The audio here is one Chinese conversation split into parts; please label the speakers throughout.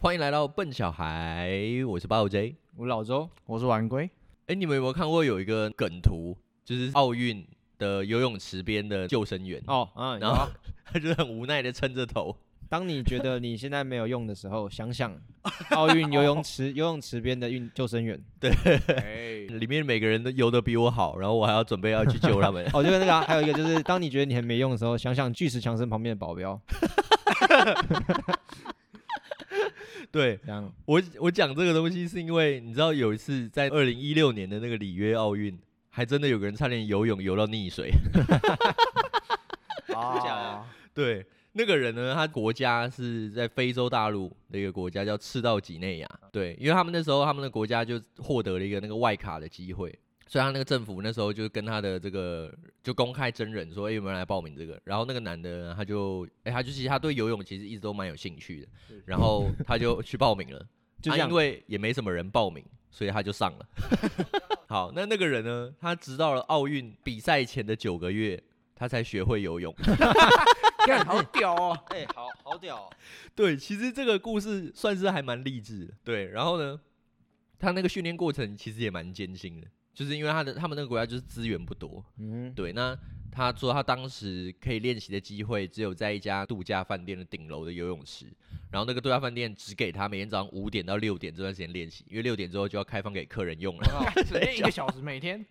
Speaker 1: 欢迎来到笨小孩，我是八五 J。
Speaker 2: 我老周，
Speaker 3: 我是晚归，
Speaker 1: 哎，你们有没有看过有一个梗图，就是奥运的游泳池边的救生员，
Speaker 2: 哦，嗯，
Speaker 1: 然
Speaker 2: 然
Speaker 1: 后
Speaker 2: 后
Speaker 1: 他 就是很无奈的撑着头，
Speaker 2: 当你觉得你现在没有用的时候，想想奥运游泳池游泳池边的运救生员，
Speaker 1: 里面每个人都游得比我好，然后我还要准备要去救他
Speaker 2: 。
Speaker 1: 们
Speaker 2: 哦，就跟那个啊、还有一个就是，当你觉得你很没用的时候，想想巨石强森旁边的保镖，
Speaker 1: 对
Speaker 2: 这样
Speaker 1: 我，我讲这个东西是因为你知道有一次在二零一六年的那个里约奥运，还真的有个人差点游泳游到溺水。
Speaker 3: 啊，
Speaker 1: 对，那个人呢，他国家是在非洲大陆的一个国家叫赤道几内亚。对，因为他们那时候他们的国家就获得了一个那个外卡的机会，所以他那个政府那时候就跟他的这个就公开征人说，哎、有没有人来报名这个？然后那个男的呢他就，哎、他就其实他对游泳其实一直都蛮有兴趣的，然后他就去报名了。
Speaker 2: 就
Speaker 1: 他
Speaker 2: 这样
Speaker 1: 因。为也没什么人报名，所以他就上了。 好，那那个人呢？他直到了奥运比赛前的九个月，他才学会游泳。
Speaker 3: 干好屌哦！
Speaker 2: 哎、好好屌、
Speaker 1: 对，其实这个故事算是还蛮励志的。对，然后呢，他那个训练过程其实也蛮艰辛的，就是因为他的他们那个国家就是资源不多。
Speaker 2: 嗯，
Speaker 1: 对，那他说他当时可以练习的机会只有在一家度假饭店的顶楼的游泳池，然后那个度假饭店只给他每天早上五点到六点这段时间练习，因为六点之后就要开放给客人用了。
Speaker 3: 只练一个小时每天，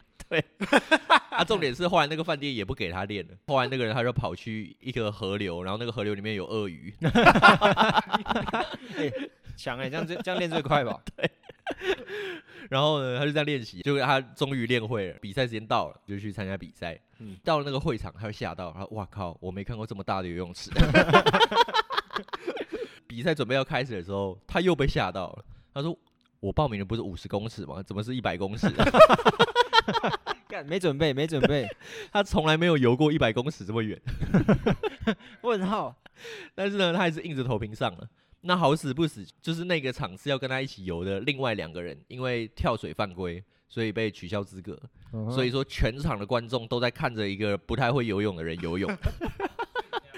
Speaker 1: 啊，重点是后来那个饭店也不给他练了，后来那个人他就跑去一个河流，然后那个河流里面有鳄鱼，
Speaker 2: 强哎、这样最这样练最快吧？
Speaker 1: 然后呢，他就在练习，结果他终于练会了。比赛时间到了，就去参加比赛。
Speaker 2: 嗯
Speaker 1: 到了那个会场，他就吓到，他说哇靠，我没看过这么大的游泳池。比赛准备要开始的时候，他又被吓到了。他说：“我报名的不是五十公尺吗？怎么是一百公尺？ 啊
Speaker 2: 干没准备，没准备，
Speaker 1: 他从来没有游过一百公尺这么远。
Speaker 2: 问号，
Speaker 1: 但是呢，他还是硬着头皮上了。那好死不死，就是那个场次要跟他一起游的另外两个人，因为跳水犯规，所以被取消资格。
Speaker 2: 嗯
Speaker 1: 所以说全场的观众都在看着一个不太会游泳的人游泳，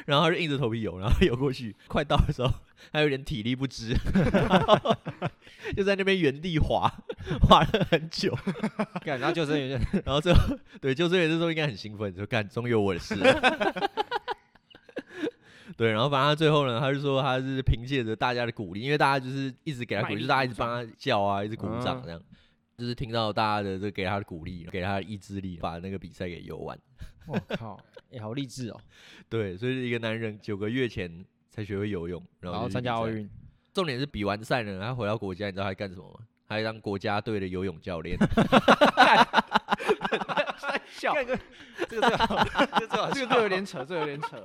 Speaker 1: 然后他就硬着头皮游，然后游过去，快到的时候他有点体力不支，然后就在那边原地滑，滑了很久，
Speaker 2: 干，然后救生 员就
Speaker 1: 然后最后 对救生员这时候应该很兴奋，说干，终于有我的事了。 对，然后反正他最后呢，他就说他是凭借着大家的鼓励，因为大家就是一直给他鼓
Speaker 3: 卖
Speaker 1: 励，
Speaker 3: 力
Speaker 1: 就是大家一
Speaker 3: 鼓
Speaker 1: 直帮他叫啊，一直鼓掌
Speaker 2: 嗯
Speaker 1: 这样，就是听到大家的这给他的鼓励，给他的意志力，把那个比赛给游完。
Speaker 3: 我靠，
Speaker 2: 哎、好励志哦，
Speaker 1: 对，所以是一个男人九个月前才学会游泳，然
Speaker 2: 然
Speaker 1: 后
Speaker 2: 后
Speaker 1: 就去
Speaker 2: 参加
Speaker 1: 比赛
Speaker 2: 奥。运，
Speaker 1: 重点是比完赛呢，他回到国家，你知道他还干什么吗？他还当国家队的游泳教练。
Speaker 3: 笑，
Speaker 2: 干这这个最好，这个最好笑，
Speaker 3: 这个就有点扯，这个有点扯，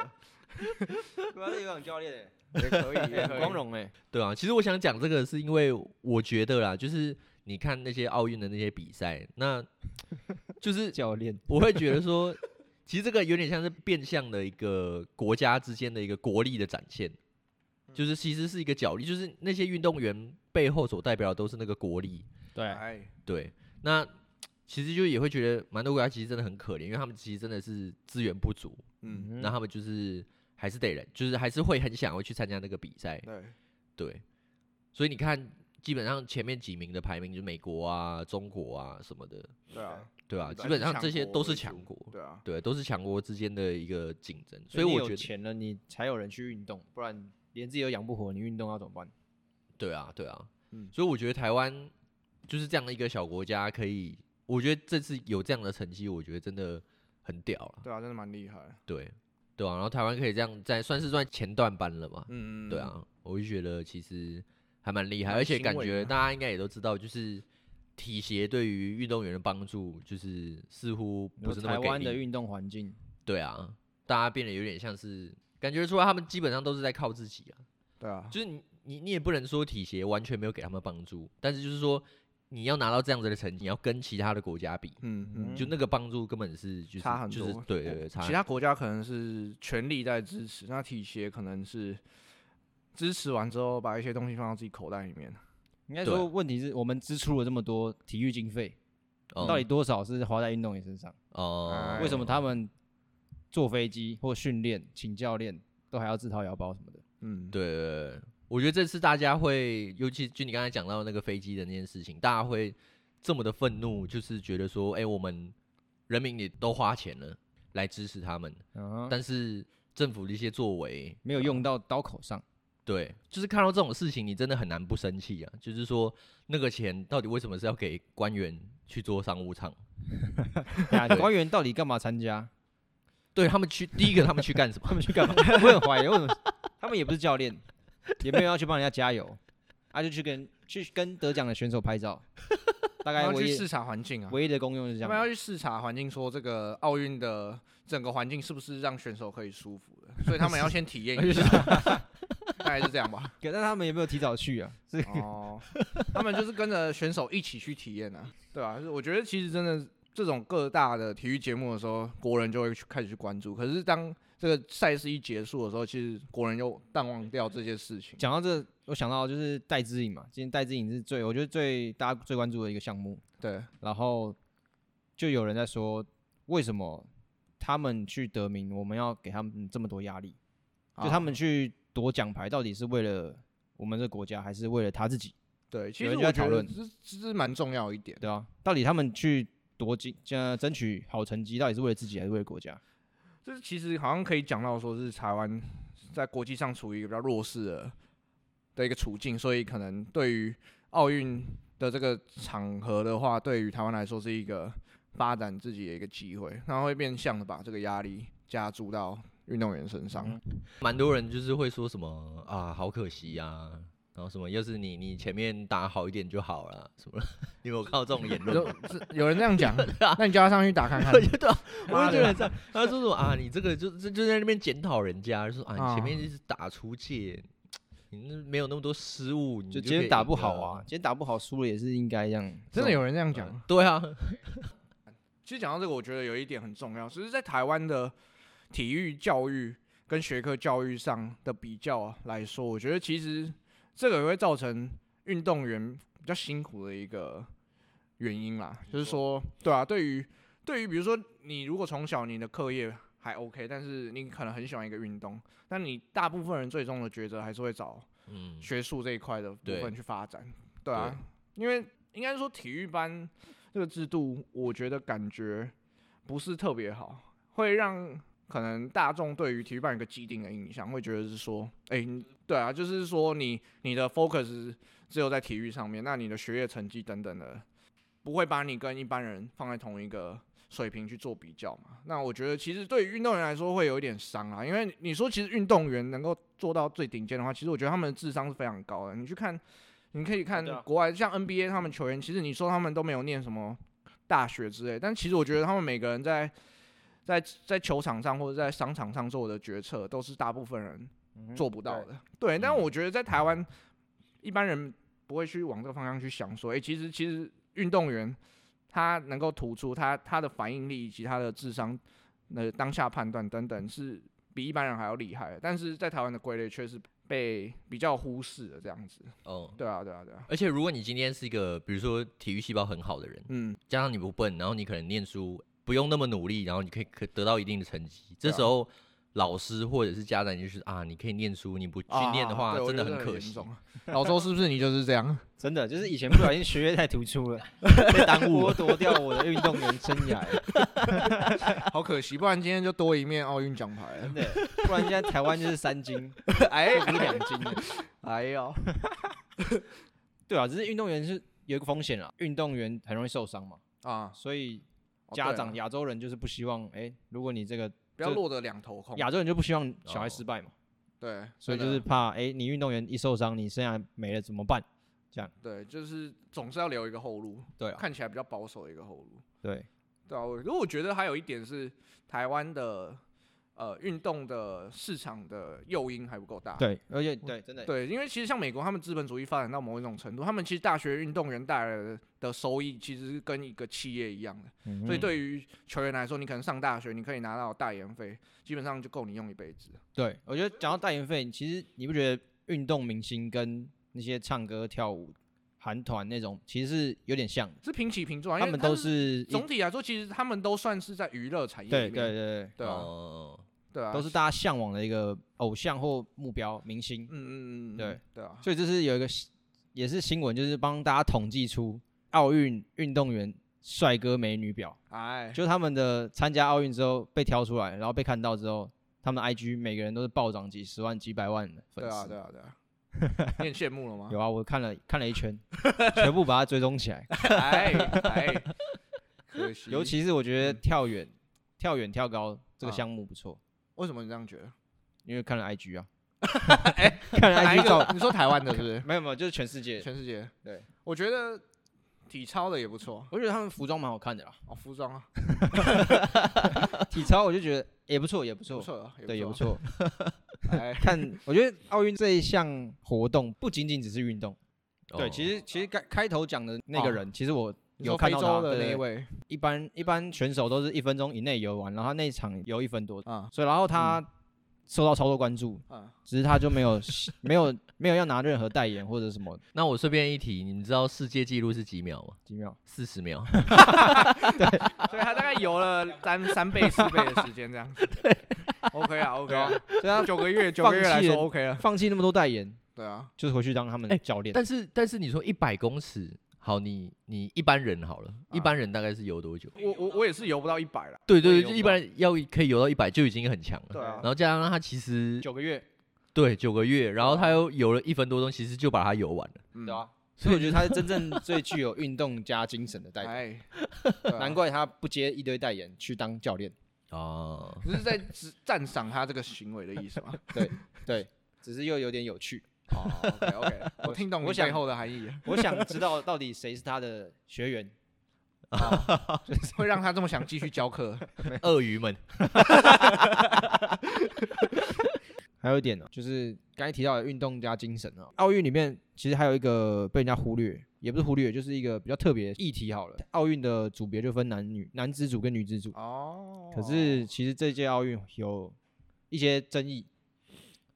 Speaker 2: 国家队游泳教练、
Speaker 3: 也可以，
Speaker 2: 哎
Speaker 3: 也
Speaker 2: 很
Speaker 3: 可以，
Speaker 2: 光荣哎、
Speaker 1: 对啊，其实我想讲这个，是因为我觉得啦，就是你看那些奥运的那些比赛，那就是
Speaker 2: 教练，
Speaker 1: 我会觉得说，其实这个有点像是变相的一个国家之间的一个国力的展现，就是其实是一个角力，就是那些运动员背后所代表的都是那个国力，
Speaker 2: 对，
Speaker 3: 哎，
Speaker 1: 对，那其实就也会觉得蛮多国家其实真的很可怜，因为他们其实真的是资源不足，
Speaker 3: 嗯，
Speaker 1: 那他们就是还是得人，就是还是会很想要去参加那个比赛，
Speaker 3: 对，啊
Speaker 1: 对。所以你看，基本上前面几名的排名就是美国啊、中国啊什么的，
Speaker 3: 对啊，
Speaker 1: 对啊，
Speaker 3: 一般
Speaker 1: 基本
Speaker 3: 是
Speaker 1: 上
Speaker 3: 强
Speaker 1: 这些
Speaker 3: 国
Speaker 1: 都
Speaker 3: 为
Speaker 1: 是
Speaker 3: 主
Speaker 1: 强国，
Speaker 3: 对啊，
Speaker 1: 对，都是强国之间的一个竞争。所以
Speaker 2: 你
Speaker 1: 我
Speaker 2: 有
Speaker 1: 觉得，
Speaker 2: 钱了，你才有人去运动，不然连自己都养不活，你运动要怎么办？
Speaker 1: 对啊，对啊，
Speaker 3: 嗯
Speaker 1: 所以我觉得台湾就是这样的一个小国家，可以，我觉得这次有这样的成绩，我觉得真的很屌了。
Speaker 3: 对啊，真的蛮厉害的，
Speaker 1: 对，对啊，然后台湾可以这样在算是算前段班了嘛？
Speaker 3: 嗯
Speaker 1: 对，啊，我就觉得其实还蛮厉害，
Speaker 3: 蛮
Speaker 1: 而且
Speaker 3: 欣
Speaker 1: 感
Speaker 3: 慰
Speaker 1: 觉
Speaker 3: 的
Speaker 1: 大家应该也都知道，就是体协对于运动员的帮助，就是似乎不
Speaker 2: 你
Speaker 1: 是
Speaker 2: 说
Speaker 1: 那
Speaker 2: 台
Speaker 1: 么
Speaker 2: 湾
Speaker 1: 给
Speaker 2: 的
Speaker 1: 力。
Speaker 2: 运动环境，
Speaker 1: 对啊，大家变得有点像是感觉出来，他们基本上都是在靠自己啊。
Speaker 3: 对啊，
Speaker 1: 就是你你你也不能说体协完全没有给他们帮助，但是就是说你要拿到这样子的成绩，你要跟其他的国家比，
Speaker 3: 嗯嗯，
Speaker 1: 就那个帮助根本是就是
Speaker 3: 差很
Speaker 1: 就
Speaker 3: 多哦
Speaker 1: 是，对对对，差
Speaker 3: 其他国家可能是全力在支持，那体协可能是支持完之后把一些东西放到自己口袋里面，
Speaker 2: 应该
Speaker 1: 对
Speaker 2: 说问题是我们支出了这么多体育经费，
Speaker 1: 嗯
Speaker 2: 到底多少是花在运动员身上？
Speaker 1: 哦，
Speaker 3: 哎
Speaker 2: 为什么他们坐飞机或训练、请教练都还要自掏腰包什么的？
Speaker 3: 嗯，
Speaker 1: 对对对，我觉得这次大家会，尤其就你刚才讲到那个飞机的那件事情，大家会这么的愤怒，就是觉得说，哎、我们人民也都花钱了来支持他们，
Speaker 2: 嗯哼
Speaker 1: 但是政府的一些作为
Speaker 2: 没有用到刀口上。
Speaker 1: 对，就是看到这种事情，你真的很难不生气啊。就是说，那个钱到底为什么是要给官员去做商务舱？
Speaker 2: 啊，官员到底干嘛参加？
Speaker 1: 对他们去，第一个他们去干什么？
Speaker 2: 他们去干嘛？我很怀疑，为什么 他们也不是教练，也没有要去帮人家加油，啊，就去跟去跟得奖的选手拍照。大概
Speaker 3: 要
Speaker 2: 唯
Speaker 3: 去
Speaker 2: 一
Speaker 3: 视察环境啊，
Speaker 2: 唯一的功用是
Speaker 3: 他
Speaker 2: 这样
Speaker 3: 们要
Speaker 2: 吧。
Speaker 3: 去视察环境，说这个奥运的整个环境是不是让选手可以舒服的，所以他们要先体验 一下，大概是这样吧。
Speaker 2: 可但他们有没有提早去啊？是
Speaker 3: 哦，他们就是跟着选手一起去体验啊， 对吧、啊？我觉得其实真的这种各大的体育节目的时候，国人就会去开始去关注，可是当这个赛事一结束的时候，其实国人又淡忘掉这些事情。
Speaker 2: 讲到这，我想到就是戴资颖嘛，今天戴资颖是最我觉得最大家最关注的一个项目。
Speaker 3: 对，
Speaker 2: 然后就有人在说，为什么他们去得名，我们要给他们这么多压力？就他
Speaker 3: 啊
Speaker 2: 们去夺奖牌，到底是为了我们这个国家，还是为了他自己？
Speaker 3: 对，其
Speaker 2: 有
Speaker 3: 实
Speaker 2: 人就在
Speaker 3: 我觉
Speaker 2: 讨
Speaker 3: 得
Speaker 2: 论
Speaker 3: 这这是蛮重要一点。
Speaker 2: 对啊，到底他们去夺金，呃，争取好成绩，到底是为了自己还是为了国家？
Speaker 3: 就是其实好像可以讲到说是台湾在国际上处于一个比较弱势的的一个处境，所以可能对于奥运的这个场合的话，对于台湾来说是一个发展自己的一个机会，然后会变相的把这个压力加注到运动员身
Speaker 2: 嗯
Speaker 3: 上。
Speaker 1: 蛮多人就是会说什么啊，好可惜呀、然后什么，要是你你前面打好一点就好了，什么， 因为我看到这种言论
Speaker 3: 有，是有人这样讲，那你叫他上去打看看
Speaker 1: 我。觉得我
Speaker 3: 妈
Speaker 1: 就
Speaker 3: 的
Speaker 1: 觉得很像，他说什么啊，你这个就就就在那边检讨人家，就说啊，你前面一直打出界，你那没有那么多失误，你
Speaker 2: 就
Speaker 1: 就
Speaker 2: 今
Speaker 1: 可
Speaker 2: 天
Speaker 1: 以
Speaker 2: 打
Speaker 1: 赢
Speaker 2: 不好
Speaker 1: 了
Speaker 2: 啊，，今天打不好，输了也是应该这样。
Speaker 3: 真的有人这样讲
Speaker 1: 呃，对啊，
Speaker 3: 其实讲到这个，我觉得有一点很重要，就是在台湾的体育教育跟学科教育上的比较来说，我觉得其实这个也会造成运动员比较辛苦的一个原因啦。就是说，对啊，对于对于比如说你如果从小你的课业还 OK，但是你可能很喜欢一个运动，那你大部分人最终的抉择还是会找
Speaker 1: 嗯，
Speaker 3: 学术这一块的部
Speaker 1: 对
Speaker 3: 分去发展。对啊，因为应该说体育班这个制度，我觉得感觉不是特别好，会让可能大众对于体育班有一个既定的印象，会觉得是说，哎、你对啊，就是说你你的 focus 只有在体育上面，那你的学业成绩等等的，不会把你跟一般人放在同一个。水平去做比较嘛，那我觉得其实对于运动员来说会有一点伤啊，因为你说其实运动员能够做到最顶尖的话，其实我觉得他们的智商是非常高的。你去看，你可以看
Speaker 2: 对啊
Speaker 3: 国外像 NBA 他们球员，其实你说他们都没有念什么大学之类，但其实我觉得他们每个人在在在球场上或者在商场上做的决策，都是大部分人做不到的。对，但
Speaker 1: 嗯
Speaker 3: 我觉得在台湾，一般人不会去往这个方向去想，说，诶，其实其实运动员他能够突出他他的反应力以及他的智商，呃，当下判断等等，是比一般人还要厉害的。但是在台湾的归类却是被比较忽视的这样子。
Speaker 1: 哦。
Speaker 3: 对啊，对啊，对啊，
Speaker 1: 而且如果你今天是一个，比如说体育细胞很好的人，
Speaker 3: 嗯，
Speaker 1: 加上你不笨，然后你可能念书不用那么努力，然后你可以可得到一定的成绩，这
Speaker 3: 对啊
Speaker 1: 时候老师或者是家长就是啊，你可以念书，你不去念的话，
Speaker 3: 啊对我
Speaker 1: 真的
Speaker 3: 觉得
Speaker 1: 很可
Speaker 3: 严
Speaker 1: 惜
Speaker 3: 重。 啊。老周是不是你就是这样？
Speaker 2: 真的就是以前不小心学业太突出了，被耽误，剥夺掉我的运动员生涯。
Speaker 3: 好可惜，不然今天就多一面奥运奖牌了
Speaker 2: 真。的，不然现在台湾就是三金，
Speaker 3: 哎
Speaker 2: 不是两金了。
Speaker 3: 哎呦，
Speaker 2: 对啊，只是运动员是有一个风险啦，运动员很容易受伤嘛，
Speaker 3: 啊，
Speaker 2: 所以
Speaker 3: 哦
Speaker 2: 家
Speaker 3: 对
Speaker 2: 长
Speaker 3: 啊
Speaker 2: 亚洲人就是不希望，哎、如果你这个
Speaker 3: 不要
Speaker 2: 就
Speaker 3: 落得两头空。
Speaker 2: 亚洲人就不希望小
Speaker 1: 哦
Speaker 2: 孩失败嘛，
Speaker 3: 对，
Speaker 2: 所以就
Speaker 3: 真
Speaker 2: 是
Speaker 3: 的
Speaker 2: 怕，哎、你运动员一受伤，你生涯没了怎么办？
Speaker 3: 对，就是总是要留一个后路，
Speaker 2: 对啊，
Speaker 3: 看起来比较保守的一个后路。
Speaker 2: 对，
Speaker 3: 对啊，我如果我觉得还有一点是台湾的呃运动的市场的诱因还不够大。
Speaker 2: 对，而且对，真的，
Speaker 3: 对，因为其实像美国，他们资本主义发展到某一种程度，他们其实大学运动员带来的的收益其实是跟一个企业一样的，
Speaker 2: 嗯
Speaker 3: 所以对于球员来说，你可能上大学，你可以拿到代言费，基本上就够你用一辈子。
Speaker 2: 对，我觉得讲到代言费，其实你不觉得运动明星跟那些唱歌跳舞、韩团那种其实是有点像的，
Speaker 3: 是平起平坐啊，因
Speaker 2: 他
Speaker 3: 为
Speaker 2: 们都
Speaker 3: 是
Speaker 2: 是一
Speaker 3: 总体来说，其实他们都算是在娱乐产业
Speaker 2: 对对
Speaker 3: 里面。
Speaker 2: 对对，
Speaker 3: 对啊，
Speaker 1: 哦
Speaker 3: 对啊，
Speaker 2: 都是大家向往的一个偶像或目标明星。
Speaker 3: 嗯嗯嗯嗯，
Speaker 2: 对
Speaker 3: 对啊，
Speaker 2: 所以这是有一个新也是新闻，就是帮大家统计出奥运运动员帅哥美女表，
Speaker 3: 哎，
Speaker 2: 就他们的参加奥运之后被挑出来，然后被看到之后，他们的 IG 每个人都是暴涨几十万、几百万的粉
Speaker 3: 对啊
Speaker 2: 丝。
Speaker 3: 对啊对 啊，你很羡慕了吗？
Speaker 2: 有啊，我看了看了一圈，全部把它追踪起来。
Speaker 3: 哎 哎，可惜，
Speaker 2: 尤 其是嗯我觉得跳远、跳远、跳高这个
Speaker 3: 啊
Speaker 2: 项目不错，
Speaker 3: 为什么你这样觉得？
Speaker 2: 因为看了 IG 啊，看了
Speaker 3: 哪一
Speaker 2: IG
Speaker 3: 个
Speaker 2: 照，？
Speaker 3: 你说台湾的是不是？
Speaker 2: 没有没有，就是全世界。
Speaker 3: 全世界？
Speaker 2: 对，
Speaker 3: 我觉得体操的也不错
Speaker 2: 我觉得他们服装蛮好看的啦，
Speaker 3: 哦，服装啊，
Speaker 2: 体操我就觉得也不错，也不
Speaker 3: 不
Speaker 2: 错，
Speaker 3: 错啊，
Speaker 2: 对，也不
Speaker 3: 啊。
Speaker 2: 错。
Speaker 3: 哎，
Speaker 2: 看，我觉得奥运这一项活动不仅仅只是运动。哦对，其
Speaker 1: 哦
Speaker 2: 实其实开开头讲的那个人，其实我
Speaker 3: 你
Speaker 2: 有
Speaker 3: 说
Speaker 2: 看
Speaker 3: 非
Speaker 2: 到
Speaker 3: 洲
Speaker 2: 他
Speaker 3: 的
Speaker 2: 对
Speaker 3: 那一
Speaker 2: 对
Speaker 3: 位
Speaker 2: 一般一般选手都是一分钟以内游完，然后他那一场游一分多，
Speaker 3: 啊
Speaker 2: 所以然后他受到超多关注，
Speaker 3: 啊，
Speaker 2: 只是他就没有没有没有要拿任何代言或者什么
Speaker 1: 那我顺便一提，你们知道世界纪录是几秒吗？
Speaker 2: 几秒。
Speaker 1: 四 十秒。
Speaker 3: 所以他大概游了三三倍四倍的时间这 样子。OK 啊，OK 啊，
Speaker 2: 所以他
Speaker 3: 九个月九个月来说
Speaker 2: 放弃
Speaker 3: OK 了。
Speaker 2: 放弃那么多代言，
Speaker 3: 对啊，
Speaker 2: 就是回去当他们
Speaker 1: 哎
Speaker 2: 教练。
Speaker 1: 但是但是你说一百公尺，好，你你一般人好了，一
Speaker 3: 啊
Speaker 1: 般人大概是游多久？
Speaker 3: 我我我也是游不到一百了。
Speaker 1: 对对
Speaker 3: 游
Speaker 1: 对，就
Speaker 3: 不
Speaker 1: 一
Speaker 3: 到
Speaker 1: 般人要可以游到一百就已经很强了。
Speaker 3: 对啊
Speaker 1: 然，后加上他其实
Speaker 2: 九个月，
Speaker 1: 对九个月，然后
Speaker 3: 啊
Speaker 1: 他又游了一分多钟，其实就把它游完了。
Speaker 3: 嗯
Speaker 2: 对啊，所以我觉得他是真正 最具有运动加精神的代言，
Speaker 3: 哎，对啊
Speaker 2: 难怪他不接一堆代言去当教练。
Speaker 1: 哦，
Speaker 3: 你是在只赞赏他这个行为的意思 吗？
Speaker 2: 对，只是又有点有趣。
Speaker 3: 哦，OK OK，我 听懂
Speaker 2: 我
Speaker 3: 你
Speaker 2: 想
Speaker 3: 背后的含 义了，
Speaker 2: 我想知道到底谁是他的学员。
Speaker 3: 会让他这么想继续教 课。
Speaker 1: 鳄鱼们，
Speaker 2: 还有一点呢、哦就是刚才提到的运动加精神啊。奥运里面其实还有一个被人家忽略，也不是忽略，就是一个比较特别的议题好了。奥运的组别就分男女，男子组跟女子组。
Speaker 3: 哦，
Speaker 2: 可是其实这届奥运有一些争议，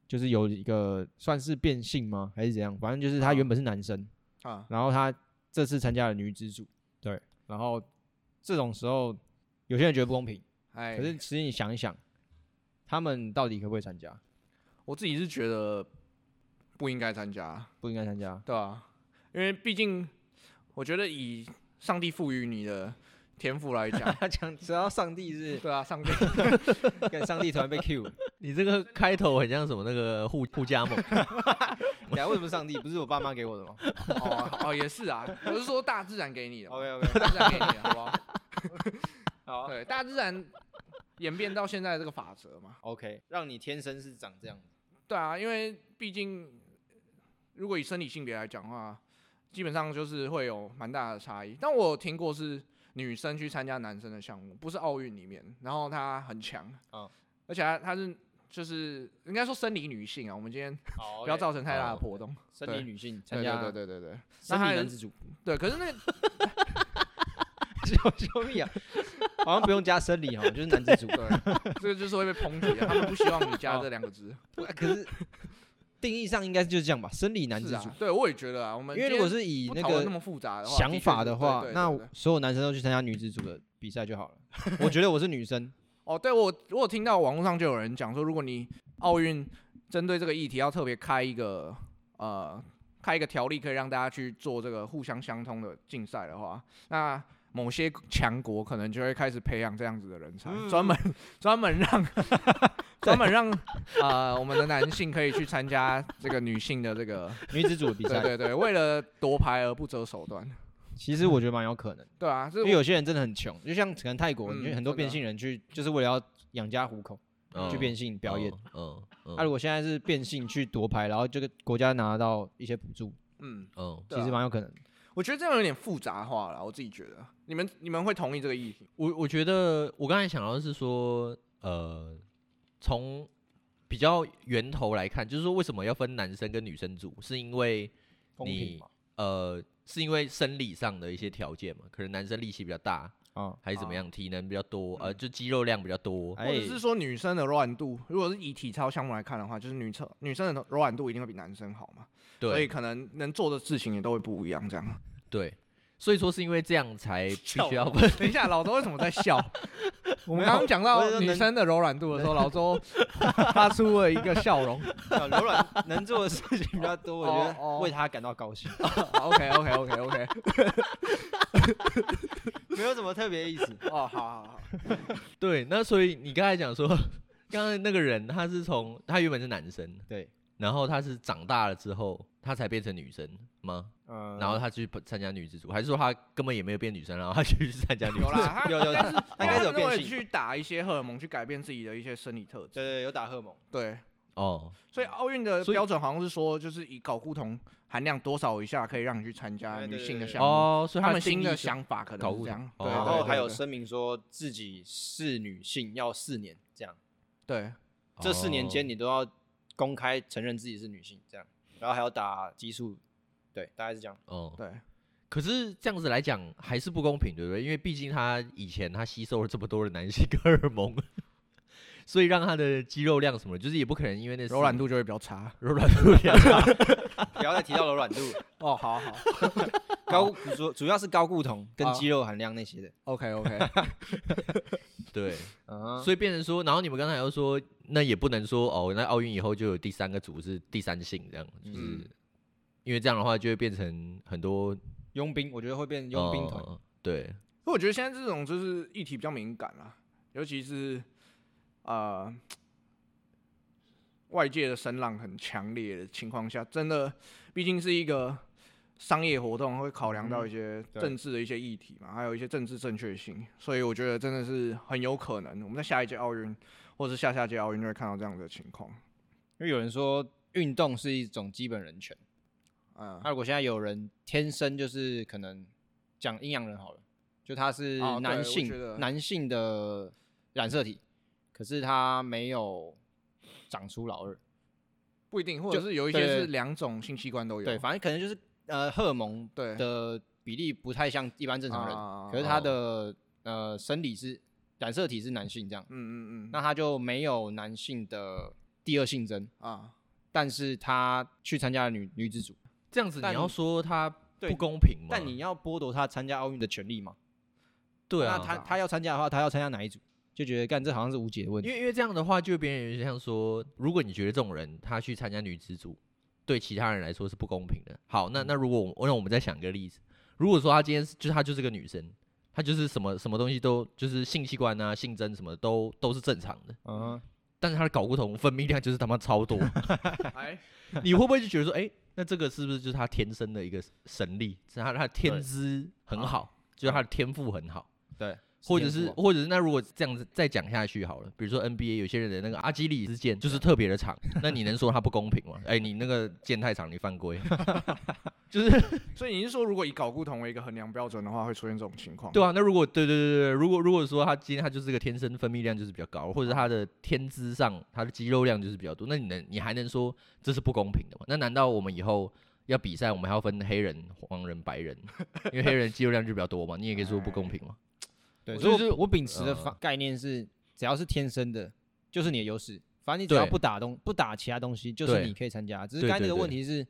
Speaker 2: 就是有一个算是变性吗，还是怎样？反正就是他原本是男生，
Speaker 3: 啊，
Speaker 2: 然后他这次参加了女子组，对，然后这种时候有些人觉得不公平，
Speaker 3: 哎，
Speaker 2: 可是其实你想一想，他们到底可不可以参加？
Speaker 3: 我自己是觉得不应该参加，
Speaker 2: 不应该参加，，
Speaker 3: 对吧、因为毕竟我觉得以上帝赋予你的天赋来讲
Speaker 2: 他讲只要上帝是
Speaker 3: 对啊，上帝
Speaker 2: 跟上帝突然被 Q，
Speaker 1: 你这个开头很像什么那个互 互加盟
Speaker 2: 等下为什么上帝不是我爸妈给我的吗
Speaker 3: 哦哦也是啊，我是说大自然给你的嘛
Speaker 2: ？OK OK，
Speaker 3: 大自然给你的，好不好？
Speaker 2: 好
Speaker 3: 对，大自然演变到现在的这个法则嘛，
Speaker 2: OK，让你天生是长这样子，
Speaker 3: 对啊，因为毕竟如果以生理性别来讲的话，基本上就是会有蛮大的差异。但我有听过是女生去参加男生的项目，不是奥运里面，然后她很强，
Speaker 2: 嗯
Speaker 3: 而且她她是就是应该说生理女性啊。我们今天
Speaker 2: 好
Speaker 3: 不要造成太大的
Speaker 1: 哦
Speaker 3: 波动。
Speaker 2: 生理
Speaker 3: 对
Speaker 2: 女性参
Speaker 3: 对
Speaker 2: 加
Speaker 3: 对对对对对那
Speaker 2: 生理
Speaker 3: 还有
Speaker 2: 男子 组，
Speaker 3: 对，可是那个。
Speaker 2: 救救命啊！好像不用加生理哈，就是男子组
Speaker 3: 对，这个就是会被抨击啊的，他们不希望你加
Speaker 2: 哦
Speaker 3: 这两个字。
Speaker 2: 可是定义上应该就是这样吧，生理男子
Speaker 3: 是
Speaker 2: 组
Speaker 3: 啊。，对我也觉得啊，我们
Speaker 2: 因为如果是以
Speaker 3: 今天不
Speaker 2: 那
Speaker 3: 讨论那
Speaker 2: 个
Speaker 3: 么复杂的话
Speaker 2: 想法
Speaker 3: 的确
Speaker 2: 的
Speaker 3: 是
Speaker 2: 话
Speaker 3: 对，对
Speaker 2: 那
Speaker 3: 对对
Speaker 2: 所有男生都去参加女子组的比赛就好了。我觉得我是女生，
Speaker 3: 哦，对我我有听到网络上就有人讲说，如果你奥运针对这个议题要特别开一个呃开一个条例，可以让大家去做这个互相相通的竞赛的话，那某些强国可能就会开始培养这样子的人才，
Speaker 2: 嗯
Speaker 3: 专、门专门 让专门让呃我们的男性可以去参加这个女性的这个
Speaker 2: 女子组的比
Speaker 3: 对
Speaker 2: 赛，
Speaker 3: 对对，为了夺牌而不择手段，
Speaker 2: 其实我觉得蛮有可能，
Speaker 3: 对啊，这
Speaker 2: 因
Speaker 3: 是
Speaker 2: 为
Speaker 3: 我
Speaker 2: 有些人真的很穷，就像可能泰国，
Speaker 3: 嗯
Speaker 2: 你觉得很多
Speaker 3: 真的
Speaker 2: 变性人去就是为了要养家糊口
Speaker 1: 嗯
Speaker 2: 去变性表演。，
Speaker 1: 嗯嗯
Speaker 2: 那如果现在是变性去夺牌，然后这个国家拿到一些补助，
Speaker 3: 嗯，
Speaker 1: 嗯，
Speaker 3: 对
Speaker 2: 其实
Speaker 3: 啊
Speaker 2: 蛮有可能。
Speaker 3: 我觉得这样有点复杂化了，我自己觉得，你们你们会同意这个议题？
Speaker 1: 我我觉得我刚才想到的是说，呃，从比较源头来看，就是说为什么要分男生跟女生组，是因为
Speaker 2: 公平
Speaker 1: 你
Speaker 2: 嘛？
Speaker 1: 呃是因为生理上的一些条件嘛，可能男生力气比较大，
Speaker 2: 啊，
Speaker 1: 还是怎
Speaker 3: 啊
Speaker 1: 么样，体能比较多，呃，
Speaker 3: 嗯
Speaker 1: 就肌肉量比较多。
Speaker 2: 哎
Speaker 3: 或者是说女生的柔软度，如果是以体操项目来看的话，就是女生女生的柔软度一定会比男生好嘛，所以
Speaker 1: 对
Speaker 3: 可能能做的事情也都会不一样，这样。
Speaker 1: 对，所以说是因为这样才必须要
Speaker 3: 等一下，老周为什么在 笑？我们刚刚讲
Speaker 2: 我
Speaker 3: 到
Speaker 2: 是说
Speaker 3: 女
Speaker 2: 能
Speaker 3: 生的柔软度的时候，老 周发出了一个笑容。
Speaker 2: 啊柔软能做的事情比较多，我觉
Speaker 3: 哦
Speaker 2: 得
Speaker 3: 哦
Speaker 2: 为他感到高兴，
Speaker 3: OK OK OK OK，
Speaker 2: 没有什么特别意思。
Speaker 3: 哦，好好好，
Speaker 1: 对，那所以你刚才讲说，刚才那个人他是从他原本是男生，
Speaker 2: 对，
Speaker 1: 然后他是长大了之后他才变成女生吗？
Speaker 2: 嗯，
Speaker 1: 然后他去参加女子组，还是说他根本也没有变女生，然后他去参加女
Speaker 3: 有
Speaker 1: 子？
Speaker 3: 啦，他
Speaker 2: 有有，他
Speaker 3: 他
Speaker 2: 应该是有
Speaker 3: 他
Speaker 2: 变
Speaker 3: 会
Speaker 2: 性，
Speaker 3: 去打一些荷尔蒙去改变自己的一些生理特质。
Speaker 2: 对对，有嗯打荷尔蒙。
Speaker 3: 对，
Speaker 1: 哦，
Speaker 3: 所以奥运的
Speaker 1: 所以
Speaker 3: 标准好像是说，就是以睾固酮含量多少以下可以让你去参加
Speaker 2: 对对
Speaker 3: 女性的
Speaker 2: 对对
Speaker 3: 项目。
Speaker 1: 哦，所以
Speaker 3: 他
Speaker 1: 他
Speaker 3: 们新
Speaker 1: 定义
Speaker 3: 的
Speaker 1: 是
Speaker 3: 想法可
Speaker 1: 搞
Speaker 3: 能是
Speaker 1: 不
Speaker 3: 这
Speaker 1: 懂
Speaker 3: 样，
Speaker 1: 哦
Speaker 3: 对
Speaker 2: 然
Speaker 3: 对
Speaker 2: 后
Speaker 3: 对
Speaker 2: 还有
Speaker 3: 对
Speaker 2: 声明说自己是女性要四年，这样
Speaker 3: 对，
Speaker 2: 这四年间
Speaker 1: 哦
Speaker 2: 你都要公开承认自己是女性，这样，然后还要打激素，对，大概是这样。
Speaker 1: 哦，
Speaker 3: 对，
Speaker 1: 可是这样子来讲还是不公平，对不对？因为毕竟他以前他吸收了这么多的男性荷尔蒙，所以让他的肌肉量什么的，就是也不可能因为那
Speaker 3: 柔软
Speaker 1: 度
Speaker 3: 度就会比较差。
Speaker 1: 柔软度比较大
Speaker 2: 不要再提到 柔软度，
Speaker 3: 哦，好好
Speaker 2: 高主主要是高固酮跟
Speaker 3: 啊
Speaker 2: 肌肉含量那些的。
Speaker 3: ，OK OK，
Speaker 1: 对，
Speaker 3: 啊
Speaker 2: 嗯，
Speaker 1: 所以变成说，然后你们刚才又说，那也不能说哦，那奥运以后就有第三个组是第三性这样，就是、
Speaker 3: 嗯
Speaker 1: 因为这样的话就会变成很多
Speaker 2: 佣兵，我觉得会变
Speaker 3: 哦
Speaker 2: 佣兵团。
Speaker 1: 呃对，
Speaker 3: 我觉得现在这种就是议题比较敏感啦，尤其是呃外界的声浪很强烈的情况下，真的毕竟是一个商业活动，会考量到一些
Speaker 2: 嗯对
Speaker 3: 政治的一些议题嘛，还有一些政治正确性，所以我觉得真的是很有可能我们在下一届奥运或是下下届奥运就会看到这样的情况。
Speaker 2: 因为有人说运动是一种基本人权，
Speaker 3: 嗯，
Speaker 2: 那如果现在有人天生就是可能讲阴阳人好了，就他是
Speaker 3: 哦对
Speaker 2: 男
Speaker 3: 我
Speaker 2: 性、
Speaker 3: 觉得
Speaker 2: 男性的染色体，可是他没有长出老二，
Speaker 3: 不一定，或者是有一些
Speaker 2: 对
Speaker 3: 是两种性器官都有。
Speaker 2: 对，反正可能就是呃荷尔蒙
Speaker 3: 对，
Speaker 2: 的比例不太像一般正常人，
Speaker 3: 啊
Speaker 2: 可是他的呃生理是染色体是男性这样，
Speaker 3: 嗯嗯嗯，
Speaker 2: 那他就没有男性的第二性征，
Speaker 3: 啊，
Speaker 2: 但是他去参加了女女子组，
Speaker 1: 这样子你
Speaker 2: 但
Speaker 1: 要说他
Speaker 2: 对
Speaker 1: 不公平吗？
Speaker 2: 但你要剥夺他参加奥运的权利嘛？
Speaker 1: 对啊，
Speaker 2: 那他他要参加的话，他要参加哪一组？就觉得干这好像是无解的问
Speaker 1: 因
Speaker 2: 题。
Speaker 1: 为因为这样的话，就别人有点像说，如果你觉得这种人他去参加女子组，对其他人来说是不公平的。好，那那如果我那我们再想一个例子，如果说他今天是就是他就是个女生，她就是什么什么东西都就是性器官啊、性征什么的都都是正常的，
Speaker 2: 嗯，
Speaker 1: 但是她的睾固酮分泌量就是他妈超多，
Speaker 3: 哎，
Speaker 1: 你会不会就觉得说，哎、那这个是不是就是他天生的一个神力？是他他的天
Speaker 2: 对
Speaker 1: 资很好，就是他的天赋很好。
Speaker 2: 对，
Speaker 1: 或者是，或者是那如果这样子再讲下去好了，比如说 NBA 有些人的那个啊阿基里斯腱就是特别的长，那你能说他不公平吗？哎、你那个腱太长，你犯规， 就是
Speaker 3: 所以你是说，如果以睾固酮为一个衡量标准的话，会出现这种情况？
Speaker 1: 对啊。那如果对对对对，如果如果说他今天他就是个天生分泌量就是比较高，或者他的天资上他的肌肉量就是比较多，那你能你还能说这是不公平的吗？那难道我们以后要比赛，我们还要分黑人、黄人、白人，因为黑人肌肉量就比较多嘛？你也可以说不公平嘛？
Speaker 2: 对，
Speaker 1: 我
Speaker 2: 所以
Speaker 1: 就是
Speaker 2: 我我秉持的
Speaker 1: 嗯
Speaker 2: 方概念是，只要是天生的，就是你的优势。反正你只要
Speaker 1: 对
Speaker 2: 不打东不打其他东西，就是
Speaker 1: 对
Speaker 2: 你可以参加。只是
Speaker 1: 对
Speaker 2: 刚才那
Speaker 1: 对
Speaker 2: 个
Speaker 1: 对
Speaker 2: 问题是，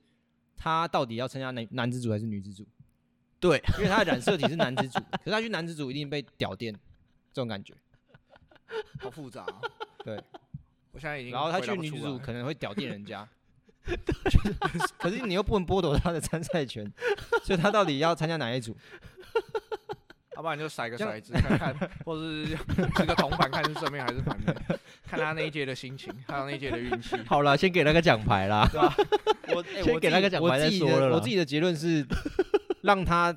Speaker 2: 他到底要参加男男子组还是女子组？
Speaker 1: 对，
Speaker 2: 因为他的染色体是男子组，可是他去男子组一定被屌电，这种感觉。
Speaker 3: 好复杂、哦。
Speaker 2: 对，
Speaker 3: 我现在已经
Speaker 2: 然后他
Speaker 3: 回答
Speaker 2: 去
Speaker 3: 不
Speaker 2: 女
Speaker 3: 出
Speaker 2: 子组
Speaker 3: 来
Speaker 2: 可能会屌电 人家，就是可是你又不能剥夺他的参赛权，所以他到底要参加哪一组？
Speaker 3: 要不然就甩个
Speaker 2: 这样
Speaker 3: 骰子看看，或 是是个铜板，看是正面还是反面，看他那一届的心情，还有那一届的运气。
Speaker 1: 好了，先给那个奖牌啦。
Speaker 2: 啊 我、哎
Speaker 1: 先
Speaker 2: 我
Speaker 1: 给
Speaker 2: 自
Speaker 1: 他
Speaker 2: 己
Speaker 1: 个奖
Speaker 2: 我
Speaker 1: 牌再
Speaker 2: 自己
Speaker 1: 说了
Speaker 2: 的我
Speaker 1: 啦
Speaker 2: 自己的结 论是，让他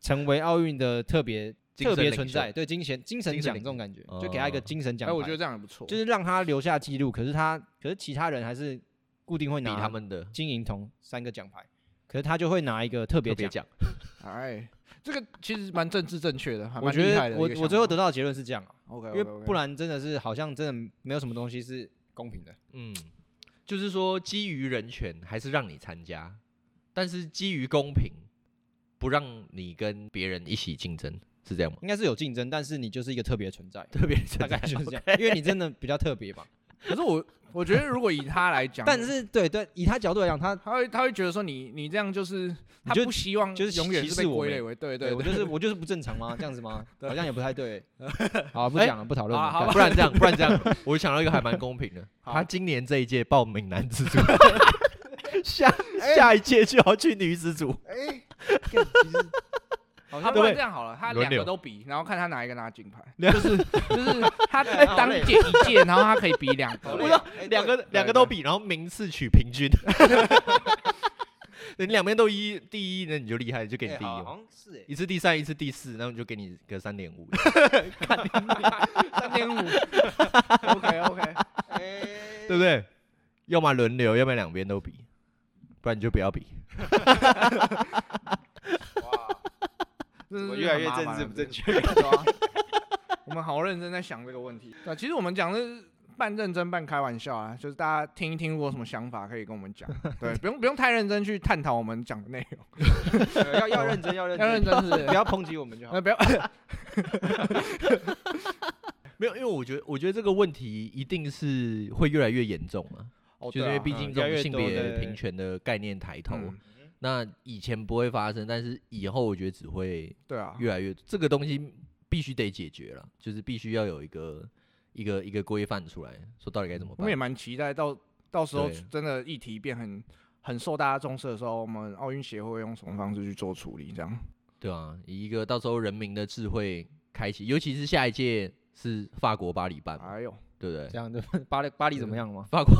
Speaker 2: 成为奥运的特别
Speaker 1: 精
Speaker 2: 特
Speaker 1: 神
Speaker 2: 别
Speaker 1: 领
Speaker 2: 存
Speaker 1: 袖
Speaker 2: 在，对精神精神
Speaker 1: 精神
Speaker 2: 奖
Speaker 1: 领
Speaker 2: 这种感觉，
Speaker 1: 袖
Speaker 2: 就给他一个
Speaker 1: 哦
Speaker 2: 精神奖
Speaker 3: 哎，
Speaker 2: 牌。
Speaker 3: 我觉得这样也不错。
Speaker 2: 就是让他留下记录，可是他可是其他人还是固定会
Speaker 1: 比
Speaker 2: 拿
Speaker 1: 他们的
Speaker 2: 金银铜三个奖牌，可是他就会拿一个特别
Speaker 1: 特别
Speaker 2: 奖。
Speaker 1: 奖，
Speaker 3: 哎，这个其实蛮政治正确的，还
Speaker 2: 我
Speaker 3: 蛮
Speaker 2: 觉
Speaker 3: 厉害的
Speaker 2: 得
Speaker 3: 一
Speaker 2: 我
Speaker 3: 个
Speaker 2: 我
Speaker 3: 想
Speaker 2: 最后
Speaker 3: 法
Speaker 2: 得到的结论是这样啊，
Speaker 3: OK，
Speaker 2: 因为不然真的是好像真的没有什么东西是公平的。
Speaker 1: 嗯，就是说基于人权还是让你参加，但是基于公平，不让你跟别人一起竞争，是 这样吗？
Speaker 2: 应该是有竞争，但是你就是一个特别存在，
Speaker 1: 特别
Speaker 2: 大
Speaker 1: 存
Speaker 2: 概
Speaker 1: 在
Speaker 2: 就是这样，因为你真的比较特别嘛。
Speaker 3: 可是我我觉得如果以他来讲，
Speaker 2: 但是对对，以他角度来讲，他
Speaker 3: 他会他会觉得说你你这样就是他
Speaker 2: 就
Speaker 3: 不希望
Speaker 2: 就是
Speaker 3: 永远
Speaker 2: 歧
Speaker 3: 是
Speaker 2: 视
Speaker 3: 被
Speaker 2: 我
Speaker 3: 归
Speaker 2: 们
Speaker 3: 类为对
Speaker 2: 对
Speaker 3: 对
Speaker 2: 我
Speaker 3: 对，
Speaker 2: 就是我就是不正常吗？这样子吗？好像也不太对。好，不讲了，不讨论
Speaker 3: 好好
Speaker 2: 了。
Speaker 1: 不然这样，不然这样，我想到一个还蛮公平的，
Speaker 3: 好
Speaker 1: 他今年这一届报名男子组， 哎下下一届就要去女子组，
Speaker 3: 好
Speaker 1: 他
Speaker 3: 那不然
Speaker 1: 对
Speaker 3: 这样好了，他
Speaker 1: 轮
Speaker 3: 两个
Speaker 1: 流
Speaker 3: 都比，然后看他哪一个拿金牌，
Speaker 1: 两
Speaker 3: 就是就是他在
Speaker 4: 好
Speaker 3: 当
Speaker 4: 累
Speaker 3: 届一届，然后他可以比两
Speaker 4: 好
Speaker 3: 个
Speaker 4: 累。
Speaker 1: 我
Speaker 4: 啊
Speaker 1: 说
Speaker 2: 哎
Speaker 1: 两个两个都比，然后名次取平均。 你两边都一第一，那你就厉害，就给你哦
Speaker 4: 哎
Speaker 1: 第一
Speaker 4: 好
Speaker 1: 嘛。
Speaker 4: 好像是哎，
Speaker 1: 一次第三，一次第四，那我就给你个三点五。
Speaker 3: 三点五，OK OK，
Speaker 4: 哎
Speaker 1: 对不对？要么轮流，要么两边都比，不然你就不要比。
Speaker 4: 我越来越政治不正
Speaker 3: 确。
Speaker 4: 确。
Speaker 3: 对啊 我们好认真在想这个问题。对，其实我们讲的是半认真半开玩笑啊，就是大家听一听，如果有什么想法可以跟我 们讲。对，不用不用太认真去探讨我们讲的内容，
Speaker 4: 对要要认真，要认
Speaker 3: 要认
Speaker 4: 真，哦
Speaker 3: 真是不
Speaker 4: 不
Speaker 3: 是。
Speaker 4: 要抨击我们 就好。
Speaker 3: 那不要，
Speaker 1: 没有，因为我觉得，我觉得这个问题一定是会越来越严重啊，
Speaker 3: 哦
Speaker 1: 就是因为毕竟这种
Speaker 4: 越来越
Speaker 1: 性
Speaker 4: 多
Speaker 1: 别
Speaker 4: 对
Speaker 1: 平权的概念抬头，
Speaker 3: 嗯
Speaker 1: 那以前不会发生，但是以后我觉得只会
Speaker 3: 对啊，
Speaker 1: 越来越，这个东西必须得解决了，就是必须要有一个一个一个规范出来，说到底该怎么
Speaker 3: 我们也
Speaker 1: 办。
Speaker 3: 蛮期待到到时候
Speaker 1: 对
Speaker 3: 真的议题变很很受大家重视的时候，我们奥运协会会用什么方式去做处理？这样
Speaker 1: 对啊，以一个到时候人民的智慧开启，尤其是下一届是法国巴黎办嘛，
Speaker 3: 哎呦，
Speaker 1: 对不对
Speaker 2: 这？样对 巴黎巴黎怎么样了吗？
Speaker 1: 法国，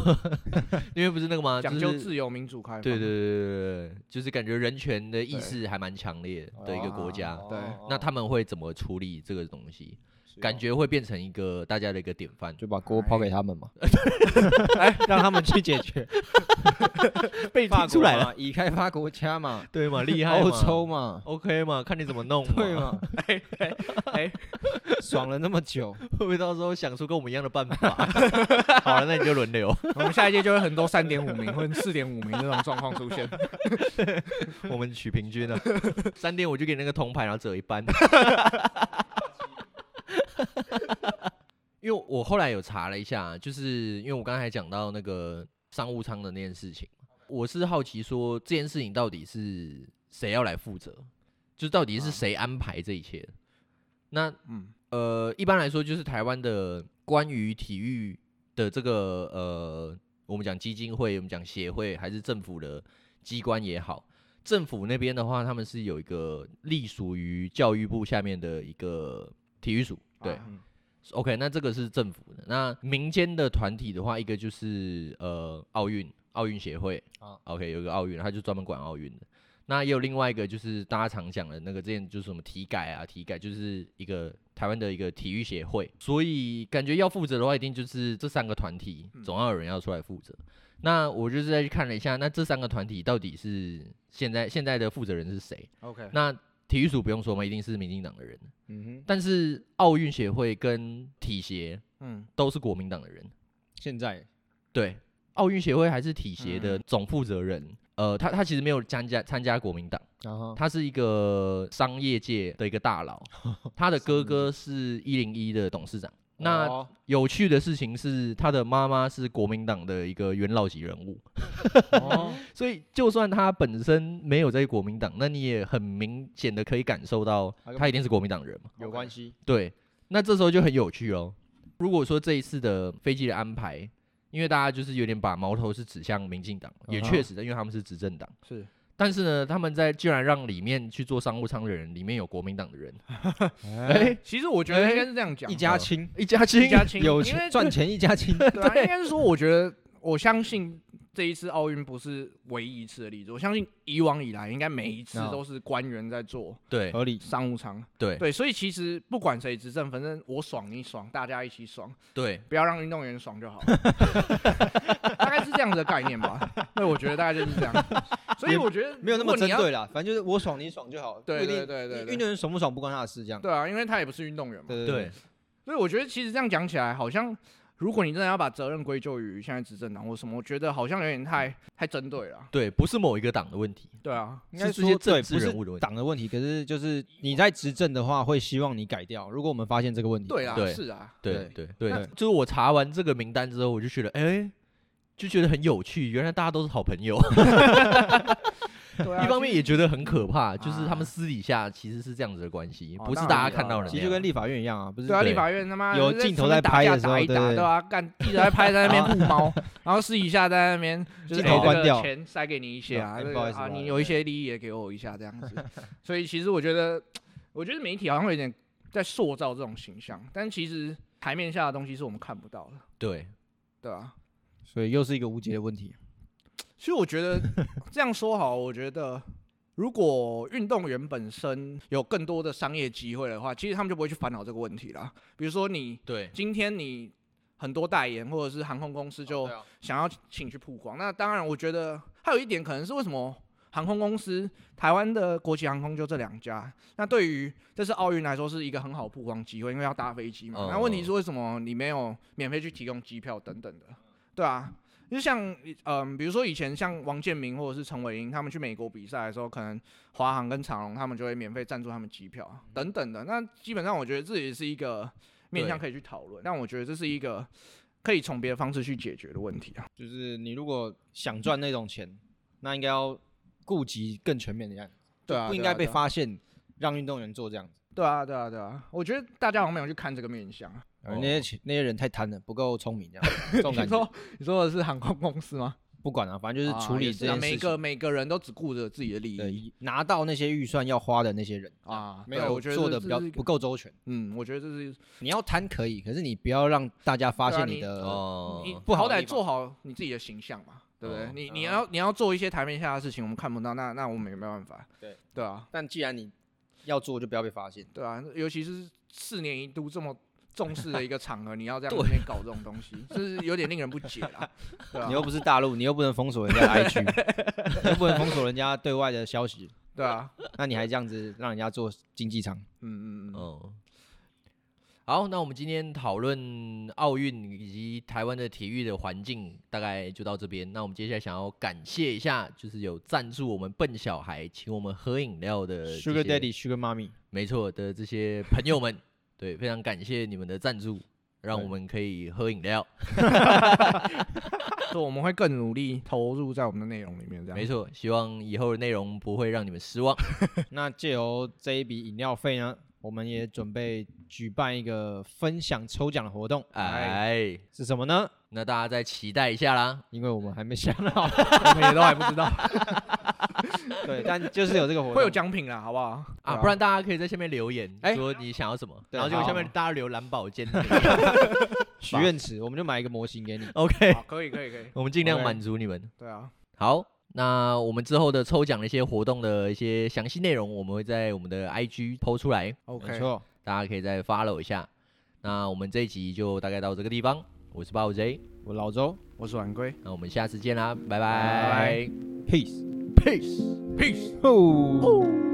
Speaker 1: 因为不是那个吗？
Speaker 3: 讲
Speaker 1: 就
Speaker 3: 究
Speaker 1: 是
Speaker 3: 自由民主开放，
Speaker 1: 对对对对对对，就是感觉人权的意识还蛮强烈的一个国家。
Speaker 4: 哦
Speaker 3: 对
Speaker 1: 那他们会怎么处理这个东西？
Speaker 2: 哦
Speaker 4: 是
Speaker 1: 感觉会变成一个大家的一个典范，
Speaker 2: 就把锅抛
Speaker 3: 哎
Speaker 2: 给他 们嘛。哎
Speaker 4: 让他们去解决。
Speaker 1: 被
Speaker 4: 法
Speaker 1: 踢
Speaker 4: 国嘛，，已开发国家嘛，
Speaker 1: 对嘛？厉害嘛，
Speaker 2: 欧洲嘛，
Speaker 1: OK 嘛？看你怎么弄嘛，
Speaker 4: 对嘛？
Speaker 3: 哎，
Speaker 4: 爽了那么久，
Speaker 1: 会不会到时候想出跟我们一样的办法？ 好了，那你就轮流，
Speaker 3: 我们下一届就会很多三点五名或四点五名这种状况出现。
Speaker 1: 我们取平均啊。三点我就给你那个铜牌，然后折一半。因为我后来有查了一下，就是因为我刚才讲到那个商务舱的那件事情嘛，我是好奇说这件事情到底是谁要来负责，就是到底是谁安排这一切的那
Speaker 3: 嗯，
Speaker 1: 呃，一般来说就是台湾的关于体育的这个呃，我们讲基金会，我们讲协会，还是政府的机关也好，政府那边的话，他们是有一个隶属于教育部下面的一个体育署，对。
Speaker 3: 啊
Speaker 1: OK，那这个是政府的。那民间的团体的话，一个就是呃奥运奥运协会
Speaker 4: 啊
Speaker 1: OK，有一个奥运，它就专门管奥运的。那也有另外一个就是大家常讲的那个，之前就是什么体改啊，体改就是一个台湾的一个体育协会，所以感觉要负责的话，一定就是这三个团体，
Speaker 3: 嗯
Speaker 1: 总要有人要出来负责。那我就是再去看了一下，那这三个团体到底是现在现在的负责人是谁？
Speaker 3: OK，
Speaker 1: 那体育署不用说嘛，一定是民进党的人。
Speaker 4: 嗯哼，
Speaker 1: 但是奥运协会跟体协
Speaker 3: 嗯，
Speaker 1: 都是国民党的人，
Speaker 2: 现在
Speaker 1: 对，奥运协会还是体协的
Speaker 4: 嗯
Speaker 1: 总负责人。呃，他他其实没有参加参加国民党，
Speaker 2: 然后
Speaker 1: 他是一个商业界的一个大 佬，他的哥哥是一零一的董事长。那
Speaker 4: 哦
Speaker 1: 有趣的事情是，他的妈妈是国民党的一个元老级人物，
Speaker 4: 哦
Speaker 1: 所以就算他本身没有在国民党，那你也很明显的可以感受到
Speaker 4: 他跟
Speaker 1: 他一定是国民党人嘛。
Speaker 4: 有关系，
Speaker 1: 对，那这时候就很有趣哦。如果说这一次的飞机的安排，因为大家就是有点把矛头是指向民进党，也
Speaker 2: 嗯哼
Speaker 1: 确实的，因为他们是执政党。
Speaker 3: 是
Speaker 1: 但是呢，他们在居然让里面去做商务舱的人，里面有国民党的人，
Speaker 2: 哎，
Speaker 3: 其实我觉得应该是这样讲，
Speaker 2: 一家亲，
Speaker 1: 一家亲
Speaker 3: 一家亲
Speaker 2: 有
Speaker 3: 因为
Speaker 2: 钱赚钱一家亲，
Speaker 3: 对、啊，应该是说，我觉得我相信这一次奥运不是唯一一次的例子，我相信以往以来应该每一次
Speaker 1: 哦
Speaker 2: 嗯
Speaker 3: 都是官员在做
Speaker 1: 对
Speaker 2: 合 理。
Speaker 3: 商务舱，
Speaker 1: 对
Speaker 3: 对，所以其实不管谁执政，反正我爽你爽，大家一起爽，
Speaker 1: 对，
Speaker 3: 不要让运动员爽就好，大概是这样子的概念吧。对，我觉得大概就是这样，所以我觉得
Speaker 4: 没有那
Speaker 3: 如果
Speaker 4: 么
Speaker 3: 你
Speaker 4: 针
Speaker 3: 要。
Speaker 4: 对啦，反正就是我爽你爽就好，
Speaker 3: 对
Speaker 4: 不一定
Speaker 3: 对对对对
Speaker 4: 运动员爽不爽不关他的事，这样。
Speaker 3: 对啊，因为他也不是运动员嘛，
Speaker 4: 对
Speaker 1: 对，
Speaker 3: 所以我觉得其实这样讲起来，好像如果你真的要把责任归咎于现在执政党或什么，我觉得好像有点太太针对了。
Speaker 1: 对，不是某一个党的问题，
Speaker 3: 对啊，
Speaker 2: 应该
Speaker 1: 是这些
Speaker 2: 说对
Speaker 1: 政治
Speaker 2: 不是
Speaker 1: 人物的问题
Speaker 2: 党的问题，可是就是你在执政的话，会希望你改掉。如果我们发现这个问题，
Speaker 3: 对啊，
Speaker 1: 对
Speaker 3: 是啊，
Speaker 1: 对对对
Speaker 2: 那，
Speaker 1: 就是我查完这个名单之后，我就觉得，哎、就觉得很有趣，原来大家都是好朋友。
Speaker 3: 对啊
Speaker 1: 一方面也觉得很可怕，就是他
Speaker 3: 啊
Speaker 1: 们私底下其实是这样子的关系，
Speaker 3: 哦
Speaker 1: 不是
Speaker 3: 当然
Speaker 1: 大家
Speaker 3: 是
Speaker 1: 看到
Speaker 3: 当然
Speaker 1: 的那
Speaker 2: 其
Speaker 1: 样。
Speaker 2: 实就跟立法院一样啊，不是
Speaker 3: 对啊，
Speaker 1: 对
Speaker 3: 立法院他妈
Speaker 2: 有
Speaker 3: 在
Speaker 2: 镜头
Speaker 3: 上面
Speaker 2: 在
Speaker 3: 打
Speaker 2: 拍
Speaker 3: 架
Speaker 2: 的时候
Speaker 3: 打一打，
Speaker 2: 对
Speaker 3: 对吧？干记者在拍，在那 边互猫，然后私底下在那边就是
Speaker 2: 镜头
Speaker 3: 哎
Speaker 2: 关
Speaker 3: 这个
Speaker 2: 掉
Speaker 3: 钱塞给你一些啊，
Speaker 2: 哎
Speaker 3: 这个
Speaker 2: 不好意思
Speaker 3: 啊，
Speaker 2: 不好意
Speaker 3: 你
Speaker 2: 思
Speaker 3: 有一些利益也给我一下这样子。所以其实我觉得，我觉得媒体好像有点在塑造这种形象，但其实台面下的东西是我们看不到的，
Speaker 1: 对，
Speaker 3: 对吧、
Speaker 2: 所以又是一个无解的问题。
Speaker 3: 其实我觉 得这样说好，我觉得如果运动员本身有更多的商业机会的话，其实他们就不会去烦恼这个问题啦。比如说你
Speaker 1: 对，
Speaker 3: 今天你很多代言或者是航空公司
Speaker 1: 哦啊
Speaker 3: 就想要请去曝光，那当然我觉得还有一点可能是为什么。航空公司，台湾的国际航空就这两家。那对于这是奥运来说是一个很好曝光机会，因为要搭飞机嘛。
Speaker 1: 嗯
Speaker 3: 那问题是为什么你没有免费去提供机票等等的？对啊，就像嗯、比如说以前像王建民或者是陈伟英他们去美国比赛的时候，可能华航跟长龙他们就会免费赞助他们机票
Speaker 2: 嗯
Speaker 3: 啊等等的。那基本上我觉得这也是一个面向可以去讨论，但我觉得这是一个可以从别的方式去解决的问题啊。
Speaker 2: 就是你如果想赚那种钱，那应该要顾及更全面的样子，
Speaker 3: 对啊，
Speaker 2: 不应该被发现让运动员做这样子。
Speaker 3: 对啊，对啊，对啊，我觉得大家好像没有去看这个面相啊。
Speaker 2: 而
Speaker 1: 哦
Speaker 2: 那些钱那些人太贪了，不够聪明，这 样这种
Speaker 3: 你
Speaker 2: 感觉。
Speaker 3: 说你说的是航空公司吗？
Speaker 2: 不管了、反正就是处
Speaker 3: 啊
Speaker 2: 理
Speaker 3: 也
Speaker 2: 这
Speaker 3: 啊
Speaker 2: 件
Speaker 3: 每
Speaker 2: 事
Speaker 3: 个
Speaker 2: 情。
Speaker 3: 每个人都只顾着自己的利益
Speaker 2: 对，拿到那些预算要花的那些人，
Speaker 3: 啊。
Speaker 2: 没
Speaker 3: 对
Speaker 2: 有
Speaker 3: 我觉得
Speaker 2: 做
Speaker 3: 这
Speaker 2: 的比较
Speaker 3: 这是一个
Speaker 2: 不够周全。
Speaker 3: 嗯，我觉得这是
Speaker 2: 你要贪可以，可是你不要让大家发
Speaker 3: 对啊
Speaker 2: 现
Speaker 3: 你
Speaker 2: 你的
Speaker 1: 哦，
Speaker 3: 嗯你
Speaker 2: 不好
Speaker 3: 好
Speaker 2: 的
Speaker 3: 歹
Speaker 2: 地方
Speaker 3: 做好你自己的形象嘛，对不
Speaker 1: 哦
Speaker 3: 对？你你要你要做一些台面下的事情，我们看不到，那那我们也没办法。
Speaker 2: 对
Speaker 3: 对啊，
Speaker 2: 但既然你要做，就不要被发现。
Speaker 3: 对啊，尤其是四年一度这么重视的一个场合，你要这样
Speaker 1: 对
Speaker 3: 里面搞这种东西，就是有点令人不解啦。对
Speaker 2: 你又
Speaker 3: 啊，
Speaker 2: 不是大陆，你又不能封锁人家 的 IG，你又不能封锁人家对外的消息，
Speaker 3: 对啊，
Speaker 2: 那你还这样子让人家做经济舱？
Speaker 3: 嗯嗯嗯，
Speaker 1: 嗯。好，那我们今天讨论奥运以及台湾的体育的环境，大概就到这边。那我们接下来想要感谢一下，就是有赞助我们笨小孩请我们喝饮料的这
Speaker 2: Sugar
Speaker 1: 些
Speaker 2: Daddy、Sugar Mommy，
Speaker 1: 没错的这些朋友们，对，非常感谢你们的赞助，让我们可以喝饮料。
Speaker 3: 所以我们会更努力投入在我们的内容里面，这样
Speaker 1: 没。错，希望以后的内容不会让你们失望。
Speaker 2: 那借由这一笔饮料费呢，我们也准备举办一个分享抽奖的活动，
Speaker 1: 哎，
Speaker 2: 是什么呢？
Speaker 1: 那大家再期待一下啦。
Speaker 2: 因为我们还没想好，
Speaker 3: 我们也都还不知道，
Speaker 2: 对，但就是有这个活动，
Speaker 3: 会有奖品啦，好不好？
Speaker 1: 啊，
Speaker 3: 对
Speaker 1: 不然大家可以在下面留言，
Speaker 2: 哎
Speaker 1: 说你想要什么，
Speaker 2: 对
Speaker 1: 然后就
Speaker 2: 好
Speaker 1: 下面大家留蓝宝坚。
Speaker 2: 许愿池，我们就买一个模型给你。
Speaker 1: OK，
Speaker 3: 好啊可以可以可以，
Speaker 1: 我们尽量
Speaker 2: OK
Speaker 1: 满足你们。
Speaker 3: 对啊，
Speaker 1: 好，那我们之后的抽奖的一些活动的一些详细内容，我们会在我们的 IG 抛出来，
Speaker 2: 没
Speaker 3: OK，
Speaker 2: 错，
Speaker 1: 大家可以再 follow 一下。那我们这一集就大概到这个地方，我是暴 J，
Speaker 2: 我老周
Speaker 3: 我是晚归
Speaker 1: 那我们下次见啦，
Speaker 3: 拜
Speaker 1: 拜拜
Speaker 2: ，peace，
Speaker 1: ，peace。
Speaker 3: ，peace。
Speaker 2: 哦。